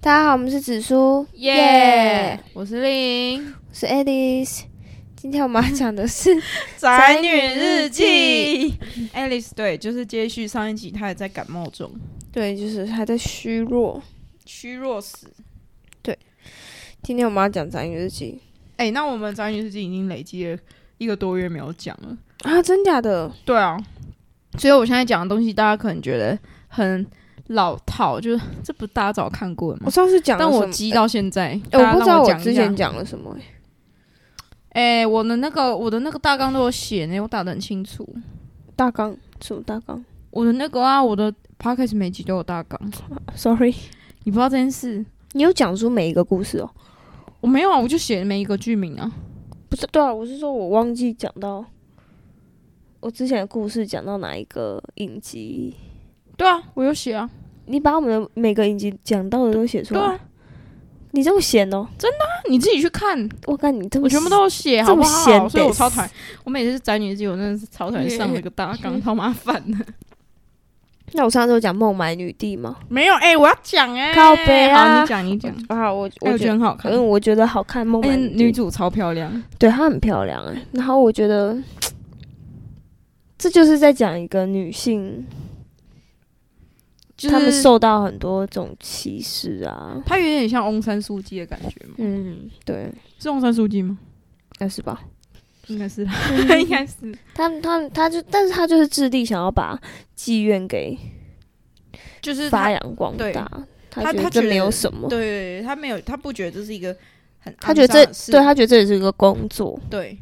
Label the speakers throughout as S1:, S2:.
S1: 大家好，我们是紫苏，
S2: 耶、我是令
S1: 我是 Alice。今天我们要讲的 是
S2: 宅女日记。Alice 对，就是接续上一集，她也在感冒中，
S1: 对，就是还在虚弱。
S2: 虚弱死。
S1: 今天我们要讲《宅女日记
S2: 哎、那我们宅女日记已经累积了一个多月没有讲了。》
S1: 啊，真假的？
S2: 对啊，所以我现在讲的东西，大家可能觉得很老套，就是这不大家早看过了
S1: 我
S2: 吗？
S1: 上次讲了
S2: 但我
S1: 什么
S2: 积到现在，
S1: 哎
S2: 大家
S1: 我不知
S2: 让
S1: 道我
S2: 讲一
S1: 之
S2: 下
S1: 前讲了什么、哎
S2: 哎、我的那个我的那个大纲都有写呢，我打的很清楚。
S1: 大纲什么大纲
S2: 我的那个啊，我的 podcast 每集都有大纲，
S1: ？Sorry，
S2: 你不知道这件事？
S1: 你有讲出每一个故事哦？
S2: 我没有啊，我就写每一个剧名啊。
S1: 不是，对啊，我是说我忘记讲到我之前的故事讲到哪一个影集。
S2: 对啊，我有写啊。
S1: 你把我们的每个影集讲到的都写出
S2: 对
S1: 来，
S2: 啊，
S1: 你这么闲哦、
S2: 那你自己去看，
S1: 我看你这么
S2: 我全部都有写，好不
S1: 这么闲
S2: 好？
S1: 得
S2: 所以我超讨厌， 我每次宅女日记，我真的是超讨厌上那个大纲，超麻烦的。
S1: 那我上次有讲孟买女帝吗？
S2: 没有，哎，我要讲哎，
S1: 靠北啊
S2: 好，你讲，你讲。
S1: 啊，我
S2: 哎我觉得，很好看，
S1: 嗯，我觉得好看孟买
S2: 嗯，女
S1: 女帝，
S2: 主超漂亮。
S1: 对她很漂亮哎、然后我觉得，这就是在讲一个女性，
S2: 就
S1: 她们
S2: 是
S1: 受到很多种歧视啊。
S2: 她有点像翁山书记的感觉嘛，
S1: 嗯，对，
S2: 是翁山书记吗？嗯
S1: 应该是吧。
S2: 应该是， 应该是。
S1: 她她她就，但是她就是致力想要把妓院给
S2: 就是
S1: 发
S2: 他，
S1: 扬光
S2: 对
S1: 大。
S2: 她
S1: 她觉
S2: 她
S1: 得这
S2: 觉
S1: 没有
S2: 得
S1: 什么，
S2: 对他没有，他不觉得这是一个很肮脏的事，
S1: 她觉得这对她觉得这也是一个工作。
S2: 对，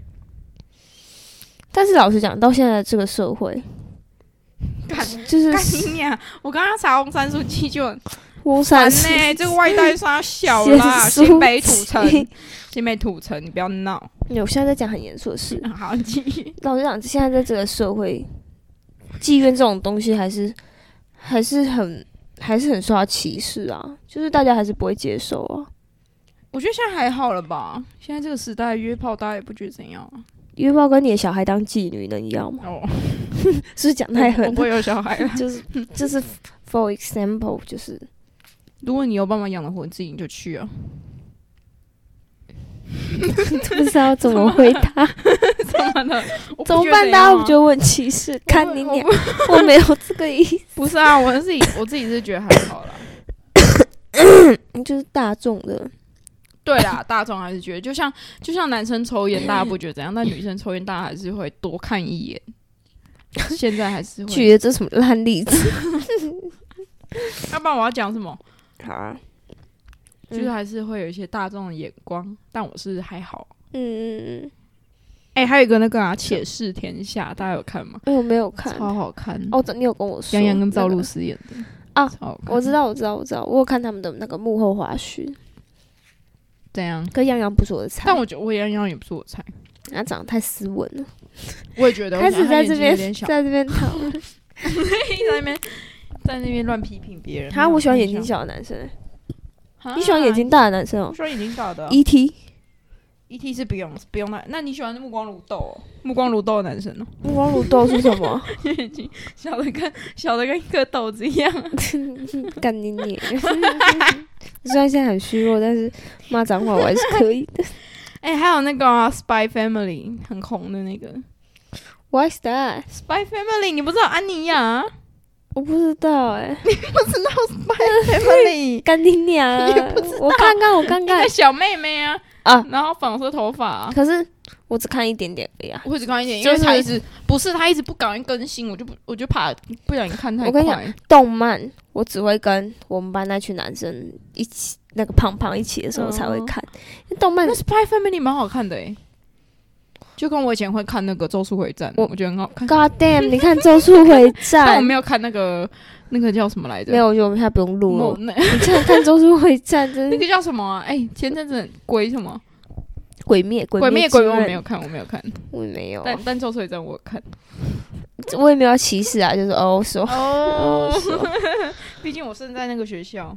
S1: 但是老实讲，到现在这个社会，
S2: 干
S1: 就是
S2: 干你娘！我刚刚查翁山书记就很
S1: 巫
S2: 烦
S1: 山
S2: 呢、这个外带刷小啦，
S1: 咸酥鸡
S2: 新北土城，新北土城，你不要闹。
S1: 我现在在讲很严肃的事。
S2: 好，你继续
S1: 老实讲，现在在这个社会，妓院这种东西还是还是很还是很受到歧视啊，就是大家还是不会接受啊。
S2: 我觉得现在还好了吧？现在这个时代约炮，大家也不觉得怎样啊。
S1: 约炮跟你的小孩当妓女能一样吗？
S2: 哦，
S1: 是不是讲太
S2: 我我
S1: 狠
S2: 不
S1: 了，。
S2: 会有小孩了
S1: 就是就是 for example，就是
S2: 如果你有办法养得活自己，你就去啊。
S1: 不知道怎么回答，
S2: 怎么了？我不
S1: 怎么
S2: 觉得
S1: 办？大
S2: 怎样
S1: 家
S2: 啊
S1: 不觉得我很歧视？看你
S2: 我
S1: 俩，我没有这个意思，
S2: 不是啊，我自己我自己是觉得还好啦。
S1: 就是大众的。
S2: 对啦，大众还是觉得，就像就像男生抽烟，大家不觉得怎样，但女生抽烟，大家还是会多看一眼。现在还是会，
S1: 举的这什么烂例子？
S2: 要不然我要讲什么？
S1: 好啊，
S2: 就是还是会有一些大众的眼光，但我是还好。
S1: 嗯嗯嗯，
S2: 哎、还有一个那个啊，《且试天下》，大家有看吗？
S1: 哎，我没有看。
S2: 超好看，
S1: 哦，你有跟我说，
S2: 杨洋跟赵
S1: 那个
S2: 露思演的
S1: 啊
S2: 超好看
S1: 我知道，我知道，我知道，我有看他们的那个幕后花絮，
S2: 怎样。
S1: 可杨洋不是我的菜，
S2: 但我觉得我杨洋也不是我菜，
S1: 他长得太斯文了，
S2: 我也觉得
S1: 开始在这边
S2: 我觉得他眼睛有点小，
S1: 在这边讨论。
S2: 在那边在那边乱批评别人。
S1: 他我喜欢眼睛
S2: 小，
S1: 小的男生、欸
S2: 啊
S1: 你喜欢眼睛？大的男生
S2: 我
S1: 哦、
S2: 喜欢眼睛大的啊。
S1: e T
S2: E.T. 是不用不用那，那你喜欢暮光如豆、哦？暮光如豆的男生哦，
S1: 暮光如豆是什么？
S2: 眼睛小的跟小的跟一颗豆子一样。
S1: 干你你！ 虽然现在很虚弱，但是骂脏话我还是可以的。
S2: 哎、还有那个、啊《Spy Family》很红的那个《
S1: What's that？
S2: Spy Family》，你不知道安妮啊亚？
S1: 我不知道 哎、
S2: 不知道 《Spy Family
S1: 干你娘啊！我看看，我看》
S2: 那
S1: 看
S2: 个小妹妹啊
S1: 啊！
S2: 然后粉色头发、啊。
S1: 可是我只看一点点而已啊。
S2: 我会只看一点，因
S1: 就
S2: 为
S1: 是
S2: 她一直不是她一直不赶快更新，我就不我就怕不小心看太
S1: 我跟你
S2: 快。
S1: 动漫，我只会跟我们班那群男生一起，那个胖胖一起的时候才会看。因为动漫
S2: 哦那《Spy Family》蛮好看的哎、就跟我以前会看那个《咒术回战》，
S1: 我
S2: 我觉得很好看。
S1: ，God damn！你看《咒术回
S2: 但我
S1: 战》
S2: 没有看那个那个叫什么来着？
S1: 没有，我觉得我们现在不用录
S2: 某，
S1: 了。
S2: 那
S1: 你现在看《咒术回战》真
S2: 那
S1: 是
S2: 个叫什么啊？哎、前阵子很鬼什么
S1: 鬼灭，
S2: 鬼灭
S1: 灭
S2: 鬼
S1: 鬼
S2: 灭我没 有，看，我没有看，
S1: 我也没有啊，
S2: 但但咒术回战我有看。
S1: 我也没有歧视啊，就是哦说哦
S2: 哦，
S1: 说，
S2: 毕竟我身在那个学校。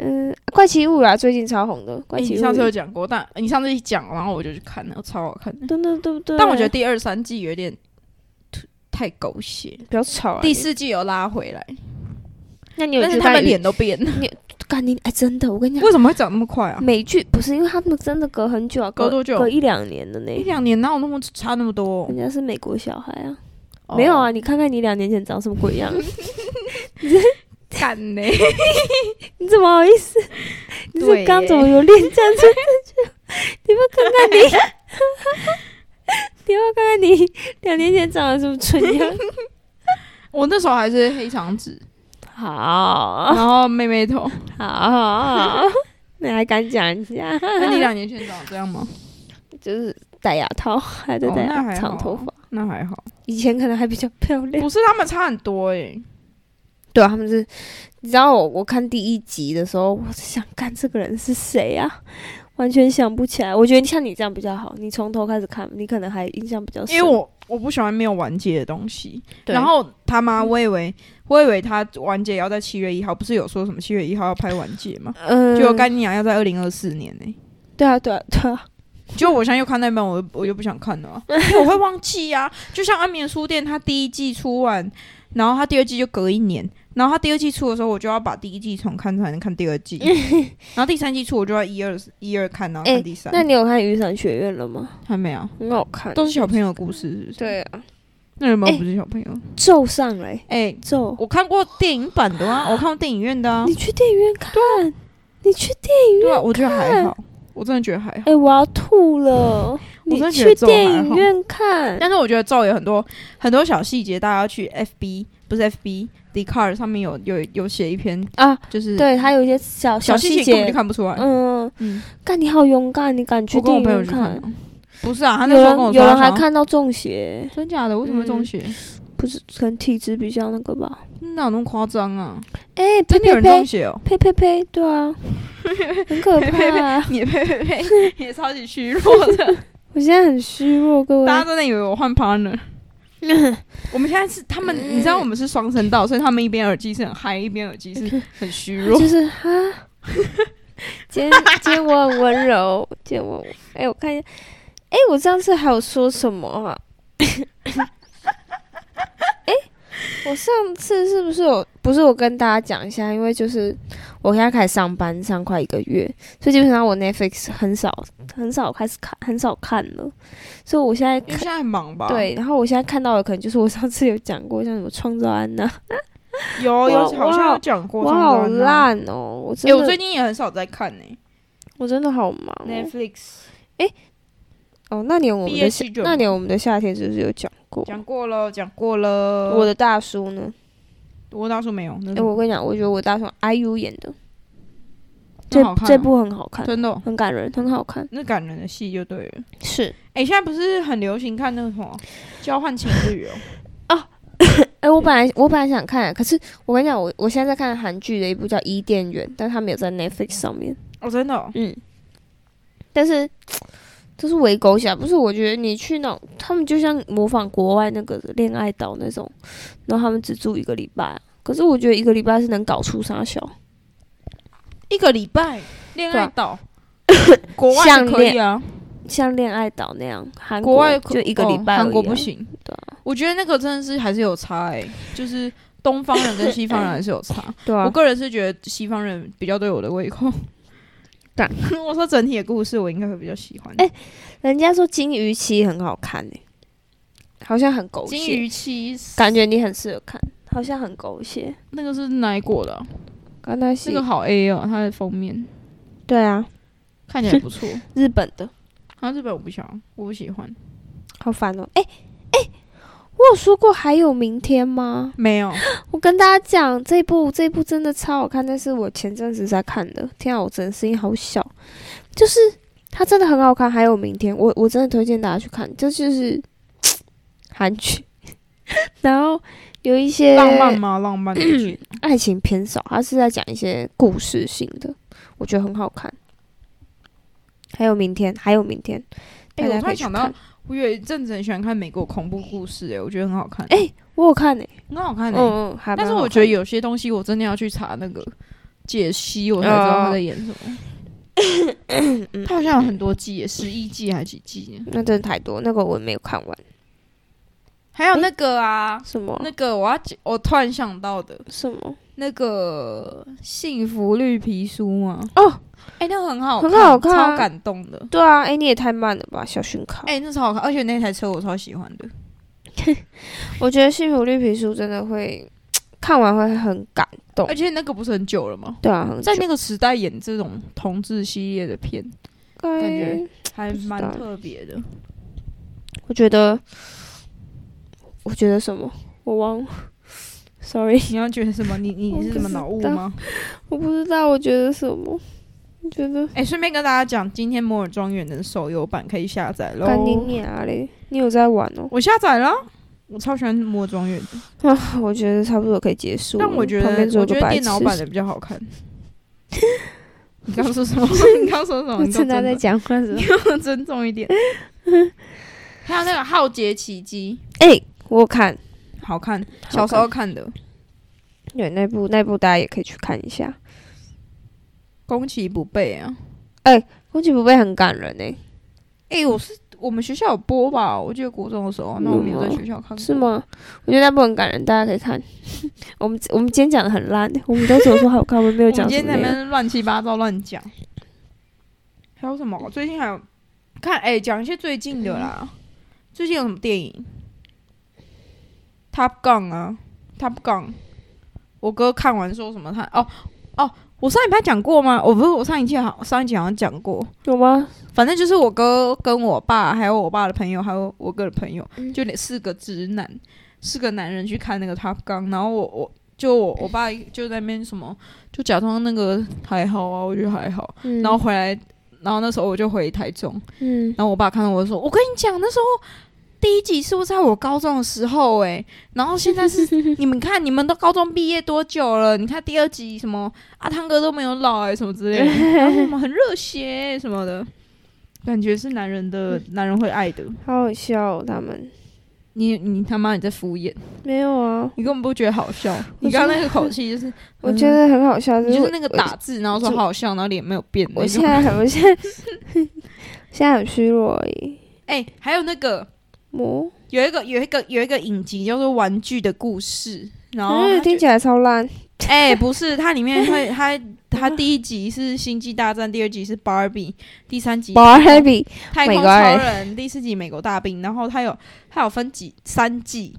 S1: 嗯，怪奇物语啊，最近超红的怪
S2: 哎、
S1: 奇
S2: 你
S1: 物
S2: 上次有
S1: 语，
S2: 讲过，但你上次一讲，然后我就去看了，超好看的。
S1: 真的对不对？
S2: 但我觉得第二三季有点 t- 太狗血，
S1: 比较吵啊。
S2: 第四季有拉回来，
S1: 那你有
S2: 但是
S1: 去
S2: 他
S1: 看
S2: 们
S1: 娱
S2: 脸都变了。
S1: 你干你哎，真的，我跟你讲
S2: 为，什么会长那么快啊？
S1: 美剧不是因为他们真的隔很久啊，
S2: 隔多久
S1: 隔一两年的
S2: 一嗯
S1: 呢。
S2: 两年哪有那么差那么多
S1: 人？家是美国小孩啊，
S2: 哦
S1: 没有啊，，你看看你两年前长什么鬼 样，
S2: 干呢？
S1: 你怎么好意思？你
S2: 对耶
S1: 是刚怎么有恋战这句？你不看看 你，你要看看你两年前长得什么蠢 样？
S2: 我那时候还是黑长 直，
S1: 好
S2: 然后妹妹 头。
S1: 好，你还敢讲人家？
S2: 那你两年前长这样吗？
S1: 就是戴牙套，还在
S2: 哦
S1: 戴
S2: 那
S1: 牙
S2: 还好
S1: 长头发，
S2: 那还好，
S1: 以前可能还比较漂亮。
S2: 不是他们差很多哎、
S1: 对啊，他们是，你知道我我看第一集的时候，我在想，看这个人是谁啊？完全想不起来。我觉得像你这样比较好，你从头开始看，你可能还印象比较深。
S2: 因为我我不喜欢没有完结的东西。
S1: 对
S2: 然后他妈，我以为我以为他完结要在七月一号，不是有说什么七月一号要拍完结吗？
S1: 嗯，
S2: 就干你娘要在二零二四年呢、
S1: 对啊，对啊，对啊，
S2: 就我现在又看那本，我我就不想看了啊、因 为我会忘记啊。就像《安眠书店》，它第一季出完，然后它第二季就隔一年，然后它第二季出的时候，我就要把第一季重看才能看第二 季，然后第三季出我就要一二一二看，然后看第三。
S1: 那你有看《雨伞学院》了吗？
S2: 还没有，
S1: 很好看，
S2: 都是小朋友的故事是不是，
S1: 对啊，
S2: 那有没有
S1: 哎
S2: 不是小朋友？
S1: 咒上来、
S2: 哎、
S1: 咒，
S2: 我看过电影版的 啊，我看过电影院的啊
S1: 你，去电影院看，你去电，
S2: 对啊，我觉得还好，我真的觉得还好。
S1: 哎、我要吐了，你
S2: 真的觉得
S1: 去
S2: 咒
S1: 电
S2: 还
S1: 影
S2: 好
S1: 院看，
S2: 但是我觉得咒有很多很多小细节，大家要去 FB 不是 FB d c a r 上面有有有写一篇
S1: 啊，
S2: 就是
S1: 对，它有一些小
S2: 小
S1: 细
S2: 细节根本就
S1: 节，
S2: 看不出来。
S1: 嗯，
S2: 嗯，
S1: 干你好勇敢，你敢去
S2: 我
S1: 电
S2: 跟我
S1: 影
S2: 朋友
S1: 院
S2: 去
S1: 看
S2: 看？的，不是啊，他那
S1: 有
S2: 时候跟我
S1: 人
S2: 说
S1: 有
S2: 他
S1: 人
S2: 想要，
S1: 还看嗯到中邪，
S2: 真假的？为什么会中邪？
S1: 不是可能体质比较那个吧？
S2: 哪有那么夸张啊？
S1: 哎、呸
S2: 真的有
S1: 呸
S2: 人中
S1: 呸
S2: 邪哦！
S1: 呸呸呸，对 啊，很可
S2: 呸呸
S1: 怕、啊。
S2: 你呸 呸呸，也超级虚弱的，
S1: 我现在很虚弱，各位。
S2: 大家真的以为我换 partner。我们现在是他们，
S1: 嗯
S2: 你知道我们是双声道，所以他们一边耳机是很嗨，一边耳机 是很虚弱
S1: 就。 是哈，今天今天我很温柔，今天我哎、我看一下，哎、我上次还有说什么啊？哎、我上次是不是有？不是我跟大家讲一下，因为就是我现在开始上班，上快一个月，所以基本上我 Netflix 很少很少开始看，很少看了，所以我现在
S2: 因为
S1: 看
S2: 现在很忙吧？，
S1: 对，然后我现在看到的可能就是我上次有讲过，像什么创造安娜、
S2: 有有好像有讲过。
S1: 我好，烂哦，我真
S2: 哎，
S1: 的、
S2: 我最近也很少在看呢。
S1: 我真的好忙、哦。
S2: Netflix
S1: 哦，那年我们
S2: 毕
S1: 的
S2: 业
S1: 夏
S2: 季就
S1: 那年我们的夏天是不是有讲过？
S2: 讲过了，讲过嗯了。
S1: 我的大叔呢？
S2: 我当初没有，那
S1: 哎、
S2: 是
S1: 我跟你讲，我觉得我大叔 IU 演的这
S2: 那好看哦
S1: 这部很好看，
S2: 真的哦
S1: 很感人，很好看。
S2: 那感人的戏就对了。
S1: 是，
S2: 哎，现在不是很流行看那个什么交换情侣 哦？
S1: 哎、我本来我本来想看，可是我跟你讲，我我现在在看韩剧的一部叫《伊甸园》，但它没有在 Netflix 上面。
S2: 哦，真的哦。
S1: 嗯，但是这是围狗啊侠，不是？我觉得你去那种，他们就像模仿国外那个恋爱岛那种，然后他们只住一个礼拜，啊可是我觉得一个礼拜是能搞出啥小。
S2: 一个礼拜恋
S1: 对
S2: 爱
S1: 啊
S2: 岛， 国外
S1: 项
S2: 的可以
S1: 链
S2: 啊，
S1: 像恋爱岛那样，韩
S2: 国外可
S1: 就一个礼拜、啊
S2: 哦韩国不。行。
S1: 对
S2: 我觉得那个真的是还是有差哎、就是东方人跟西方人还是有差。
S1: 对
S2: 我
S1: 啊，
S2: 个人是觉得西方人比较对我的胃口。
S1: 干
S2: 我说整体的故事我应该会比较喜欢。
S1: 哎人家说金鱼期很好看呢、好像很狗
S2: 金
S1: 血，
S2: 鱼期
S1: 感觉你很适合看，好像很狗血。
S2: 那个是哪一国的啊、
S1: 刚才是
S2: 这个好 A 哦，它的封面
S1: 对啊，
S2: 看起来不错。
S1: 日本的，
S2: 啊，日本我不想，我不喜欢。
S1: 好烦哦、哎、哎、我有说过还有明天吗？
S2: 没有，
S1: 我跟大家讲，这部这部真的超好看，但是我前阵子在看的，天啊，我真的声音好小，就是它真的很好看。还有明天，我我真的推荐大家去看，这就是韩剧， 然后有一些
S2: 浪漫吗？浪漫的 剧
S1: 爱情偏少，它是在讲一些故事性的，我觉得很好看。还有明天，还有明天，大
S2: 哎我
S1: 家
S2: 突
S1: 可以
S2: 然
S1: 去
S2: 想
S1: 看。
S2: 到，我有一阵子很喜欢看美国恐怖故事、哎，我觉得很好看，
S1: 哎我有看诶、
S2: 很好看、
S1: 嗯
S2: 哎
S1: 嗯，还蛮
S2: 但是
S1: 好
S2: 我
S1: 看
S2: 觉得有些东西我真的要去查那个解析，我才知
S1: 呃
S2: 道他在演什 么。他好像有很多季耶，十一季还是几季呢？
S1: 那真的太多，那个我也没有看完。
S2: 还有那个啊，
S1: 什么？啊
S2: 那个我要讲我突然想到的，
S1: 什么？
S2: 那个《幸福绿皮书》吗？
S1: 哦，
S2: 哎、那个很好
S1: 很好看啊
S2: 超感动的。
S1: 对啊，哎、你也太慢了吧，小勋卡。
S2: 哎、那超好看，而且那台车我超喜欢的。
S1: 我觉得《幸福绿皮书》真的会看完会很感动
S2: 而。且那个不是很久了吗？
S1: 对啊，哦很
S2: 在
S1: 久
S2: 那个时代演这种同志系列的片，
S1: 该
S2: 感觉还
S1: 不知道
S2: 蛮特别的。
S1: 我觉得，我觉得什么？我忘了。Sorry，
S2: 你要觉得什么？你你
S1: 我
S2: 你是
S1: 不
S2: 什么
S1: 知
S2: 脑雾
S1: 道
S2: 吗？
S1: 我不知道，我觉得什么？我觉得
S2: 哎、顺便跟大家讲，今天摩尔庄园的手游版可以下载喽。
S1: 干你娘嘞！你有在玩哦？
S2: 我下载了，我超喜欢摩尔庄园的，
S1: 啊，我觉得差不多可以结束了。
S2: 但我觉
S1: 旁边
S2: 得
S1: 坐
S2: 我
S1: 一个
S2: 觉得
S1: 白
S2: 电
S1: 痴
S2: 脑版的比较好看。你刚说什 么？你刚说什么？
S1: 我
S2: 你都
S1: 正
S2: 真
S1: 在在
S2: 的
S1: 讲话的时 候，
S2: 尊重一点。还有那个《浩劫奇迹
S1: 哎、我有看，》，
S2: 好看，
S1: 好
S2: 小时
S1: 看
S2: 候看的，
S1: 对那部那部大家也可以去看一下。
S2: 宫崎不备啊。
S1: 宫崎不备很感人欸诶、
S2: 哎、我是我们学校有播吧？我记得国中的时候，啊那我们有在学校看过。
S1: 是？吗？我觉得那部很感人，大家可以看。 我们我们今天讲的很烂，我们都只有说好看，我们没 有
S2: 我们今
S1: 讲什
S2: 天
S1: 么
S2: 在那
S1: 内容。
S2: 边乱七八糟乱讲。还有什
S1: 嗯
S2: 么？最近还有看哎，讲、一些最近的啦。最近有什么电影？Top Gun 啊，Top Gun。我哥看完说什么他？哦哦，我上一排讲过吗？我不是我上一期好上一集好像讲过，
S1: 有吗？
S2: 反正就是我哥跟我爸，还有我爸的朋友，还有我哥的朋友，就那四个直男，四个男人去看那个 Top Gun，然后我我就我我爸就在那边什么，就假装那个还好啊，我觉得还好，
S1: 嗯
S2: 然后回来，然后那时候我就回台中，
S1: 嗯，
S2: 然后我爸看到我就说，我跟你讲，那时候第一集是不是在我高中的时候哎、然后现在 是你们看你们都高中毕业多久了？你看第二集什么阿汤哥都没有老哎、什么之类的，然后什么很热血、欸、什么的，感觉是男人的男人会爱的。
S1: 好好笑、哦，他们
S2: 你你他妈你在敷衍，
S1: 没有啊？
S2: 你根本不觉得好笑。
S1: 我
S2: 你刚刚那个口气就是，
S1: 我觉得很好笑，
S2: 嗯你
S1: 只
S2: 就是是那个打字，然后说好好笑，然后脸没有变那种。
S1: 我现在很，我现在现在很虚弱而已。
S2: 哎、还有那个
S1: 魔，
S2: 有一个有一个有一个影集叫做《玩具的故事》，然后
S1: 嗯，
S2: 它就
S1: 听起来超烂。
S2: 哎、不是，它里面会它它第一集是《星际大战》，第二集是 Barbie，第三集
S1: Barbie，
S2: 太
S1: 美
S2: 空
S1: 国
S2: 超
S1: 人
S2: 人，第四集美国大兵，然后它有它有分几三季，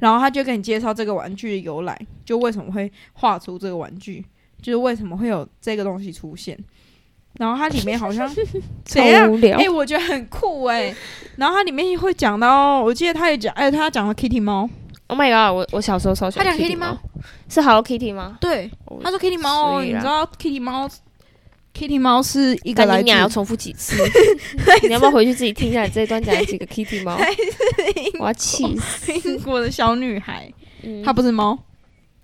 S2: 然后他就跟你介绍这个玩具的由来，就为什么会画出这个玩具，就是为什么会有这个东西出现。然后它里面 好像怎样
S1: 超无聊
S2: 哎、。我觉得很酷哎、然后它里面会讲到，我记得他也讲，哎、他讲了 Kitty 猫，
S1: Oh my god！我我小时候超喜欢
S2: 他讲
S1: Kitty
S2: Kitty 猫
S1: 猫，是 Hello Kitty 吗？
S2: 对，
S1: 哦
S2: 他说 Kitty 猫哦，
S1: 所以
S2: 你
S1: 啦
S2: 知道 Kitty 猫，Kitty 猫是一个
S1: 干
S2: 来
S1: 你
S2: 自
S1: 俩要重复几 次？你要不要回去自己听一下你这一段讲了几个 Kitty 猫？我要气死！
S2: 英国的小女孩，
S1: 嗯
S2: 她不是猫，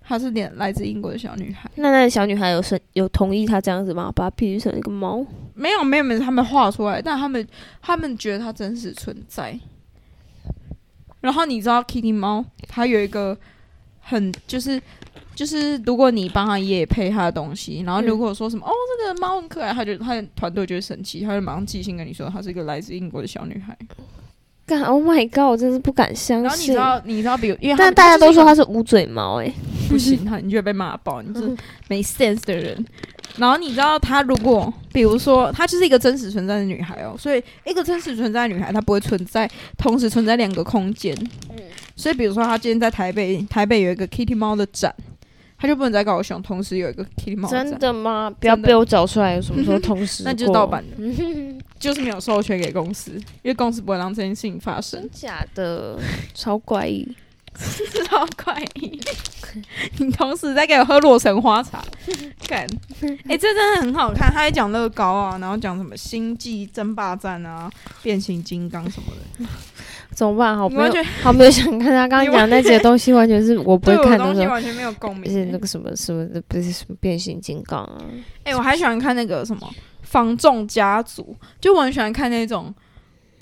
S2: 她是点来自英国的小女孩。
S1: 那那个小女孩有生有同意她这样子吗？把她比喻成一个猫？
S2: 没有没有没有，他们画出来，但他们他们觉得它真实存在。然后你知道 Kitty 猫，它有一个很就是就是，如果你帮它也配它的东西，然后
S1: 嗯
S2: 如果说什么、哦这个猫很可爱，它就它的团队就会生气，它就马上寄信跟你说它是一个来自英国的小女孩。
S1: 干！Oh my god！我真是不敢相
S2: 然后你知
S1: 信。
S2: 道你知道，比如因为他
S1: 但
S2: 们
S1: 大家都
S2: 就是一
S1: 说
S2: 个
S1: 她是捂嘴猫，哎，
S2: 不行，他你就会被骂爆，你
S1: 嗯
S2: 是没 sense 的人。然后你知道，她如果比如说，她就是一个真实存在的女孩哦，所以一个真实存在的女孩，她不会存在同时存在两个空间。
S1: 嗯
S2: 所以比如说，她今天在台北，台北有一个 Kitty 猫的展，她就不能在高雄同时有一个 Kitty 猫的
S1: 真
S2: 展，
S1: 的吗？不要被我找出来，有什么时候 同时
S2: 那就是
S1: 过
S2: 盗版的，就是没有授权给公司，因为公司不会让这件事情发生
S1: 真。 假的，超怪异。
S2: 超怪异！你同时在给我喝洛神花茶，看，哎、这真的很好看。他还讲乐高啊，然后讲什么星际争霸战啊、变形金刚什么的。
S1: 怎么办？好
S2: 你
S1: 哦没
S2: 完
S1: 有
S2: 全
S1: 好没有想看他刚刚讲那些东西，完全是我不
S2: 对
S1: 会
S2: 我的
S1: 看
S2: 东
S1: 的
S2: 西
S1: 时候。
S2: 完全没有共
S1: 而且那
S2: 鸣。
S1: 个什么什么的，不是什么变形金刚啊，
S2: 哎、我还喜欢看那个什么《防重家族》，就我很喜欢看那种，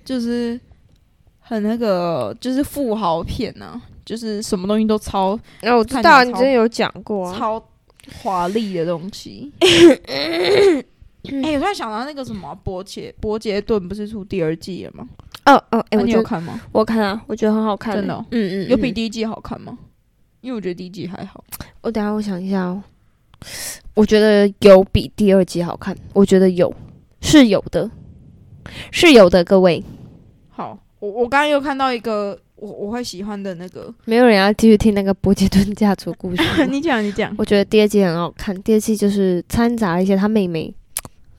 S2: 就是很那个，就是富豪片啊，就是什么东西都超
S1: 那、我知
S2: 看
S1: 道啊
S2: 你
S1: 你
S2: 超
S1: 之前有讲过啊，
S2: 超华丽的 东西。哎、我突然想到那个什么伯杰伯杰顿不是出第二季了吗？
S1: 哦哦，哎、
S2: 啊
S1: 我
S2: 你
S1: 觉得
S2: 有看吗？
S1: 我看啊，我觉得很好看、
S2: 真的哦
S1: 嗯嗯，
S2: 有比
S1: 嗯
S2: 第一季好看吗？因为我觉得第一季还好。
S1: 我等一下我想一下哦，我觉得有比第二集好看，我觉得有是有的，是有的，各位，
S2: 好，我我刚刚又看到一个我我会喜欢的那 个，
S1: 没有人要继续听那个伯杰顿家族故事 吗。
S2: 你讲你讲，
S1: 我觉得第二季很好看，第二季就是掺杂了一些他妹妹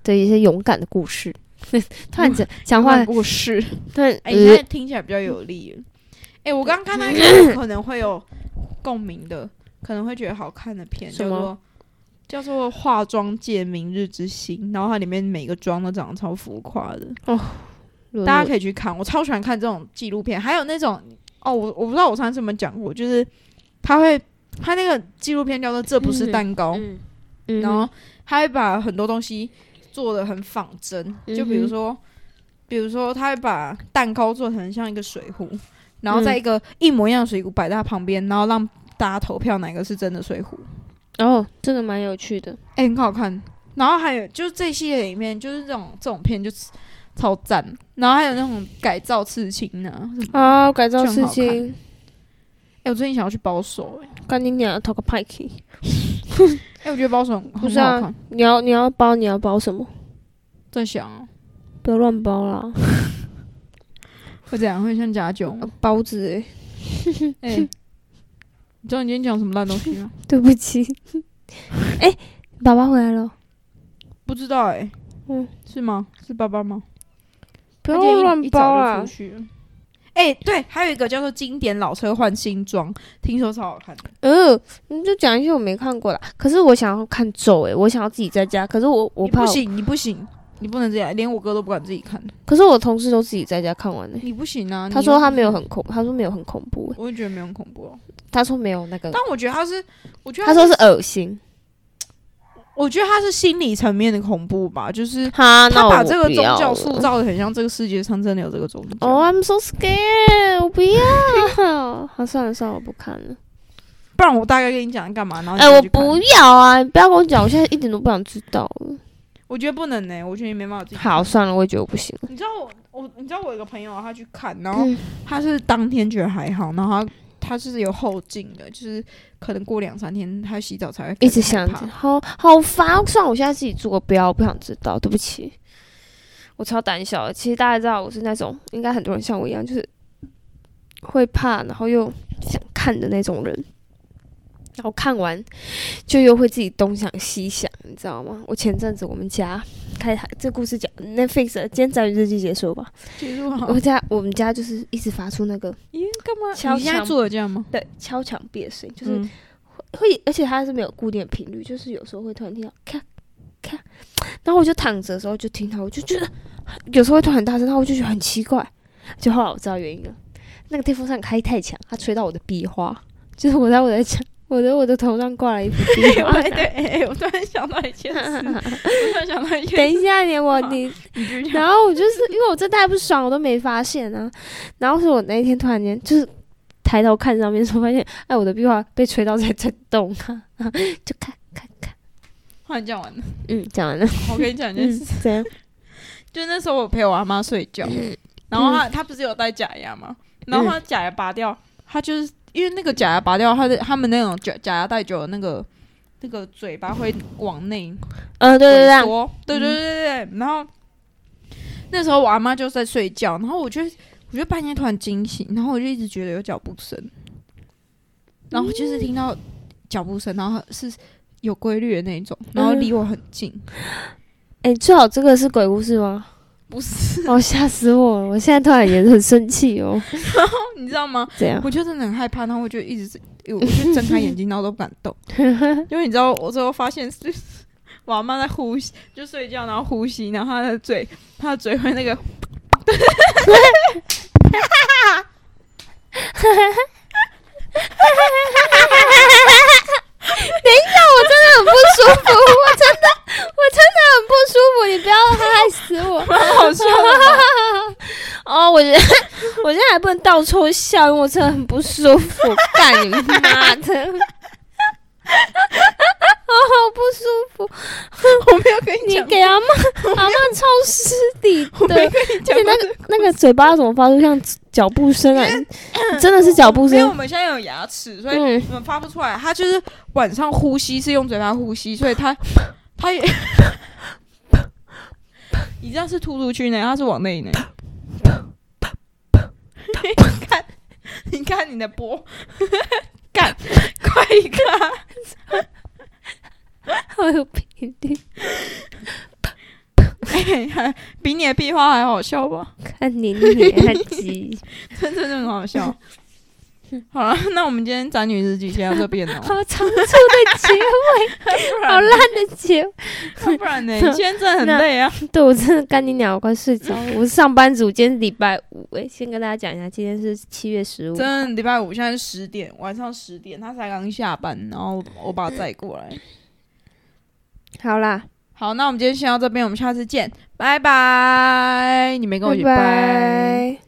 S1: 的一些勇敢的故事。 突然讲讲话，
S2: 我是，
S1: 突然
S2: 哎、你现在听起来比较有力了。哎、我刚刚看到一
S1: 嗯
S2: 个可能会有共鸣的，可能会觉得好看的片，
S1: 什
S2: 叫
S1: 么
S2: 做叫做《化妆界明日之星》，然后它里面每个妆都长得超浮夸的，
S1: 呃
S2: 大家可以去看。我超喜欢看这种纪录片，还有那种哦，我我不知道我上次有没有讲过，就是他会他那个纪录片叫做《这不是蛋糕》，
S1: 嗯嗯
S2: 然后他会把很多东西做的很仿真，就
S1: 嗯
S2: 比如说，比如说他会把蛋糕做成像一个水壶，然后在
S1: 嗯
S2: 一个一模一样的水壶摆在它旁边，然后让大家投票哪个是真的水壶，
S1: 哦，这个蛮有趣的，
S2: 哎、很好看。然后还有就是这系列里面就是这种这种片就超赞，然后还有那种改造刺青呢、啊，哎、
S1: 好，改造
S2: 这样
S1: 事
S2: 好看
S1: 情，
S2: 我最近想要去保守、哎，
S1: 赶紧俩投个派去。
S2: 哎、我觉得保守很
S1: 不
S2: 很
S1: 是啊
S2: 好看，
S1: 你要你要包你要包什么？
S2: 在想啊
S1: 不要乱包啦，
S2: 会怎样会像假酒吗？
S1: 包子
S2: 欸
S1: 哎、
S2: 哎、 你知道你今天讲什么烂东西吗？
S1: 对不起。哎、爸爸回来了，
S2: 不知道哎、
S1: 嗯，
S2: 是吗？是爸爸吗？
S1: 不要乱包
S2: 啊！
S1: 啦。
S2: 哎、对，还有一个叫做经典老车换新装，听说超好看的。
S1: 嗯，你就讲一些我没看过啦。可是我想要看咒哎、我想要自己在家，可是我我
S2: 你
S1: 怕
S2: 不
S1: 我，
S2: 行，你不行，你不能这样，连我哥都不敢自己看。
S1: 可是我同事都自己在家看完呢、
S2: 你不行啊！
S1: 他
S2: 你
S1: 说
S2: 又
S1: 他没有很恐，他说没有很恐怖、欸，
S2: 我也觉得没有很恐怖、哦。
S1: 他说没有那个，
S2: 但我觉得他是，我觉得
S1: 他说是恶心。
S2: 我觉得他是心理层面的恐怖吧，就是
S1: 哈，那
S2: 他
S1: 我
S2: 把这个
S1: 不
S2: 宗
S1: 要
S2: 教
S1: 了
S2: 塑造的很像这个世界上真的有这个宗教。
S1: 哦、i m so scared，我不 要。好，算了算了，我不看了。
S2: 不然我大概跟你讲干嘛，然后你
S1: 哎、我
S2: 再去看
S1: 不要啊！你不要跟我讲，我现在一点都不想知道了。
S2: 我觉得不能呢、欸我觉得你没办法自己看。
S1: 好，算了，我也觉得我不行了。
S2: 你知道我我你知道我有个朋友啊他去看，然
S1: 嗯
S2: 后他是当天觉得还好，然后他他是有后劲的，就是可能过两三天他洗澡才会
S1: 一直
S2: 开始
S1: 想
S2: 害
S1: 着
S2: 怕，
S1: 好好烦。算了，我现在自己住，我不要，我不想知道，对不起。我超胆小的，其实大家知道我是那种，应该很多人像我一样，就是会怕，然后又想看的那种人。然后看完就又会自己东想西想，你知道吗？我前阵子我们家开台，这故事讲 Netflix 的，今天早点日记结束吧。
S2: 结束好
S1: 我。家我们家就是一直发出那个
S2: 咦，干嘛？
S1: 敲
S2: 你现在
S1: 墙
S2: 做的这样吗？
S1: 对敲墙壁的声音，就是
S2: 嗯
S1: 会，而且它是没有固定的频率，就是有时候会突然听到咔咔，然后我就躺着的时候就听到，我就觉得有时候会突然很大声，然后我就觉得很奇怪，就后来我知道原因了，那个电风扇开太强，它吹到我的壁花，就是我在我的墙，我的我的头上挂了一幅壁花。
S2: 哎对，哎、哎我突然想到一件事， 我突然想到一件
S1: 等一下你 我你，
S2: 事，
S1: 然后我就是因为我真的太不爽，我都没发现啊，然后是我那一天突然间就是。抬头看上面的时候，发现哎，我的壁画被吹到在在动啊，就看看看，
S2: 突然讲完了。
S1: 嗯，讲完了。
S2: 我跟你
S1: 嗯
S2: 讲一件事，
S1: 怎样？
S2: 就那时候我陪我阿妈睡觉，
S1: 嗯
S2: 然后她她不是有戴假牙吗？然后她假牙拔掉，她就是因为那个假牙拔掉，她的他们那种假假牙戴久了，那个那个嘴巴会往内
S1: 呃，对对
S2: 萎
S1: 对，
S2: 缩，对对对对对。然后那时候我阿妈就在睡觉，然后我就我就半夜突然惊醒，然后我就一直觉得有脚步声，然后就是听到脚步声，然后是有规律的那种，然后离我很近，
S1: 哎，最好这个是鬼故事 吗？
S2: 不是，
S1: 哦，吓死我了！我现在突然也很生气哦。
S2: 你知道吗？
S1: 怎 样？
S2: 我就真的很害怕，然后我就一直我就睁开眼睛，然后都不敢 动，因为你知道，我最后发现是我阿妈在呼吸，就睡觉然后呼吸，然后她的嘴，她的嘴会 那个，
S1: 等一下，我真的很不舒服，我真的，我真的很不舒服，你不要害死我。
S2: 蛮好啊笑的吧。
S1: 哦，我觉得 我现在还不 能倒抽笑，因为我真的很不舒服。干你妈的！哦好不舒服。
S2: 我没有跟
S1: 你
S2: 你讲，
S1: 给阿 妈阿妈超失礼
S2: 我没
S1: 的，
S2: 跟你讲
S1: 而且
S2: 过这
S1: 那个嘴巴怎么发出像脚步声啊？真的是脚步
S2: 因为我
S1: 声。
S2: 们现在有牙齿，所以
S1: 嗯，
S2: 我们发不出来。他就是晚上呼吸是用嘴巴呼吸，所以他他也， 你这样是突出去呢，他是往 内呢。你看，你看你的波， 干，快看！
S1: 好有频率，
S2: 还哎比你的壁画还好笑吧？
S1: 看你年纪。
S2: 真的很好笑。好了，那我们今天宅女日记先到这边了。
S1: 好仓促的结 尾，
S2: 不
S1: 好
S2: 然
S1: 烂的结尾。
S2: 不然呢？你今天真的很累啊。
S1: 对我真的干你鸟，我快睡着了。我是上班族，今天是礼拜五。哎、先跟大家讲一下，今天是七月十五。
S2: 真的，礼拜五现在是十点，晚上十点，他才刚下班，然后我把他载过来。
S1: 好啦，
S2: 好，那我们今天先到这边，我们下次见，拜拜。你没跟我一起拜。
S1: 拜。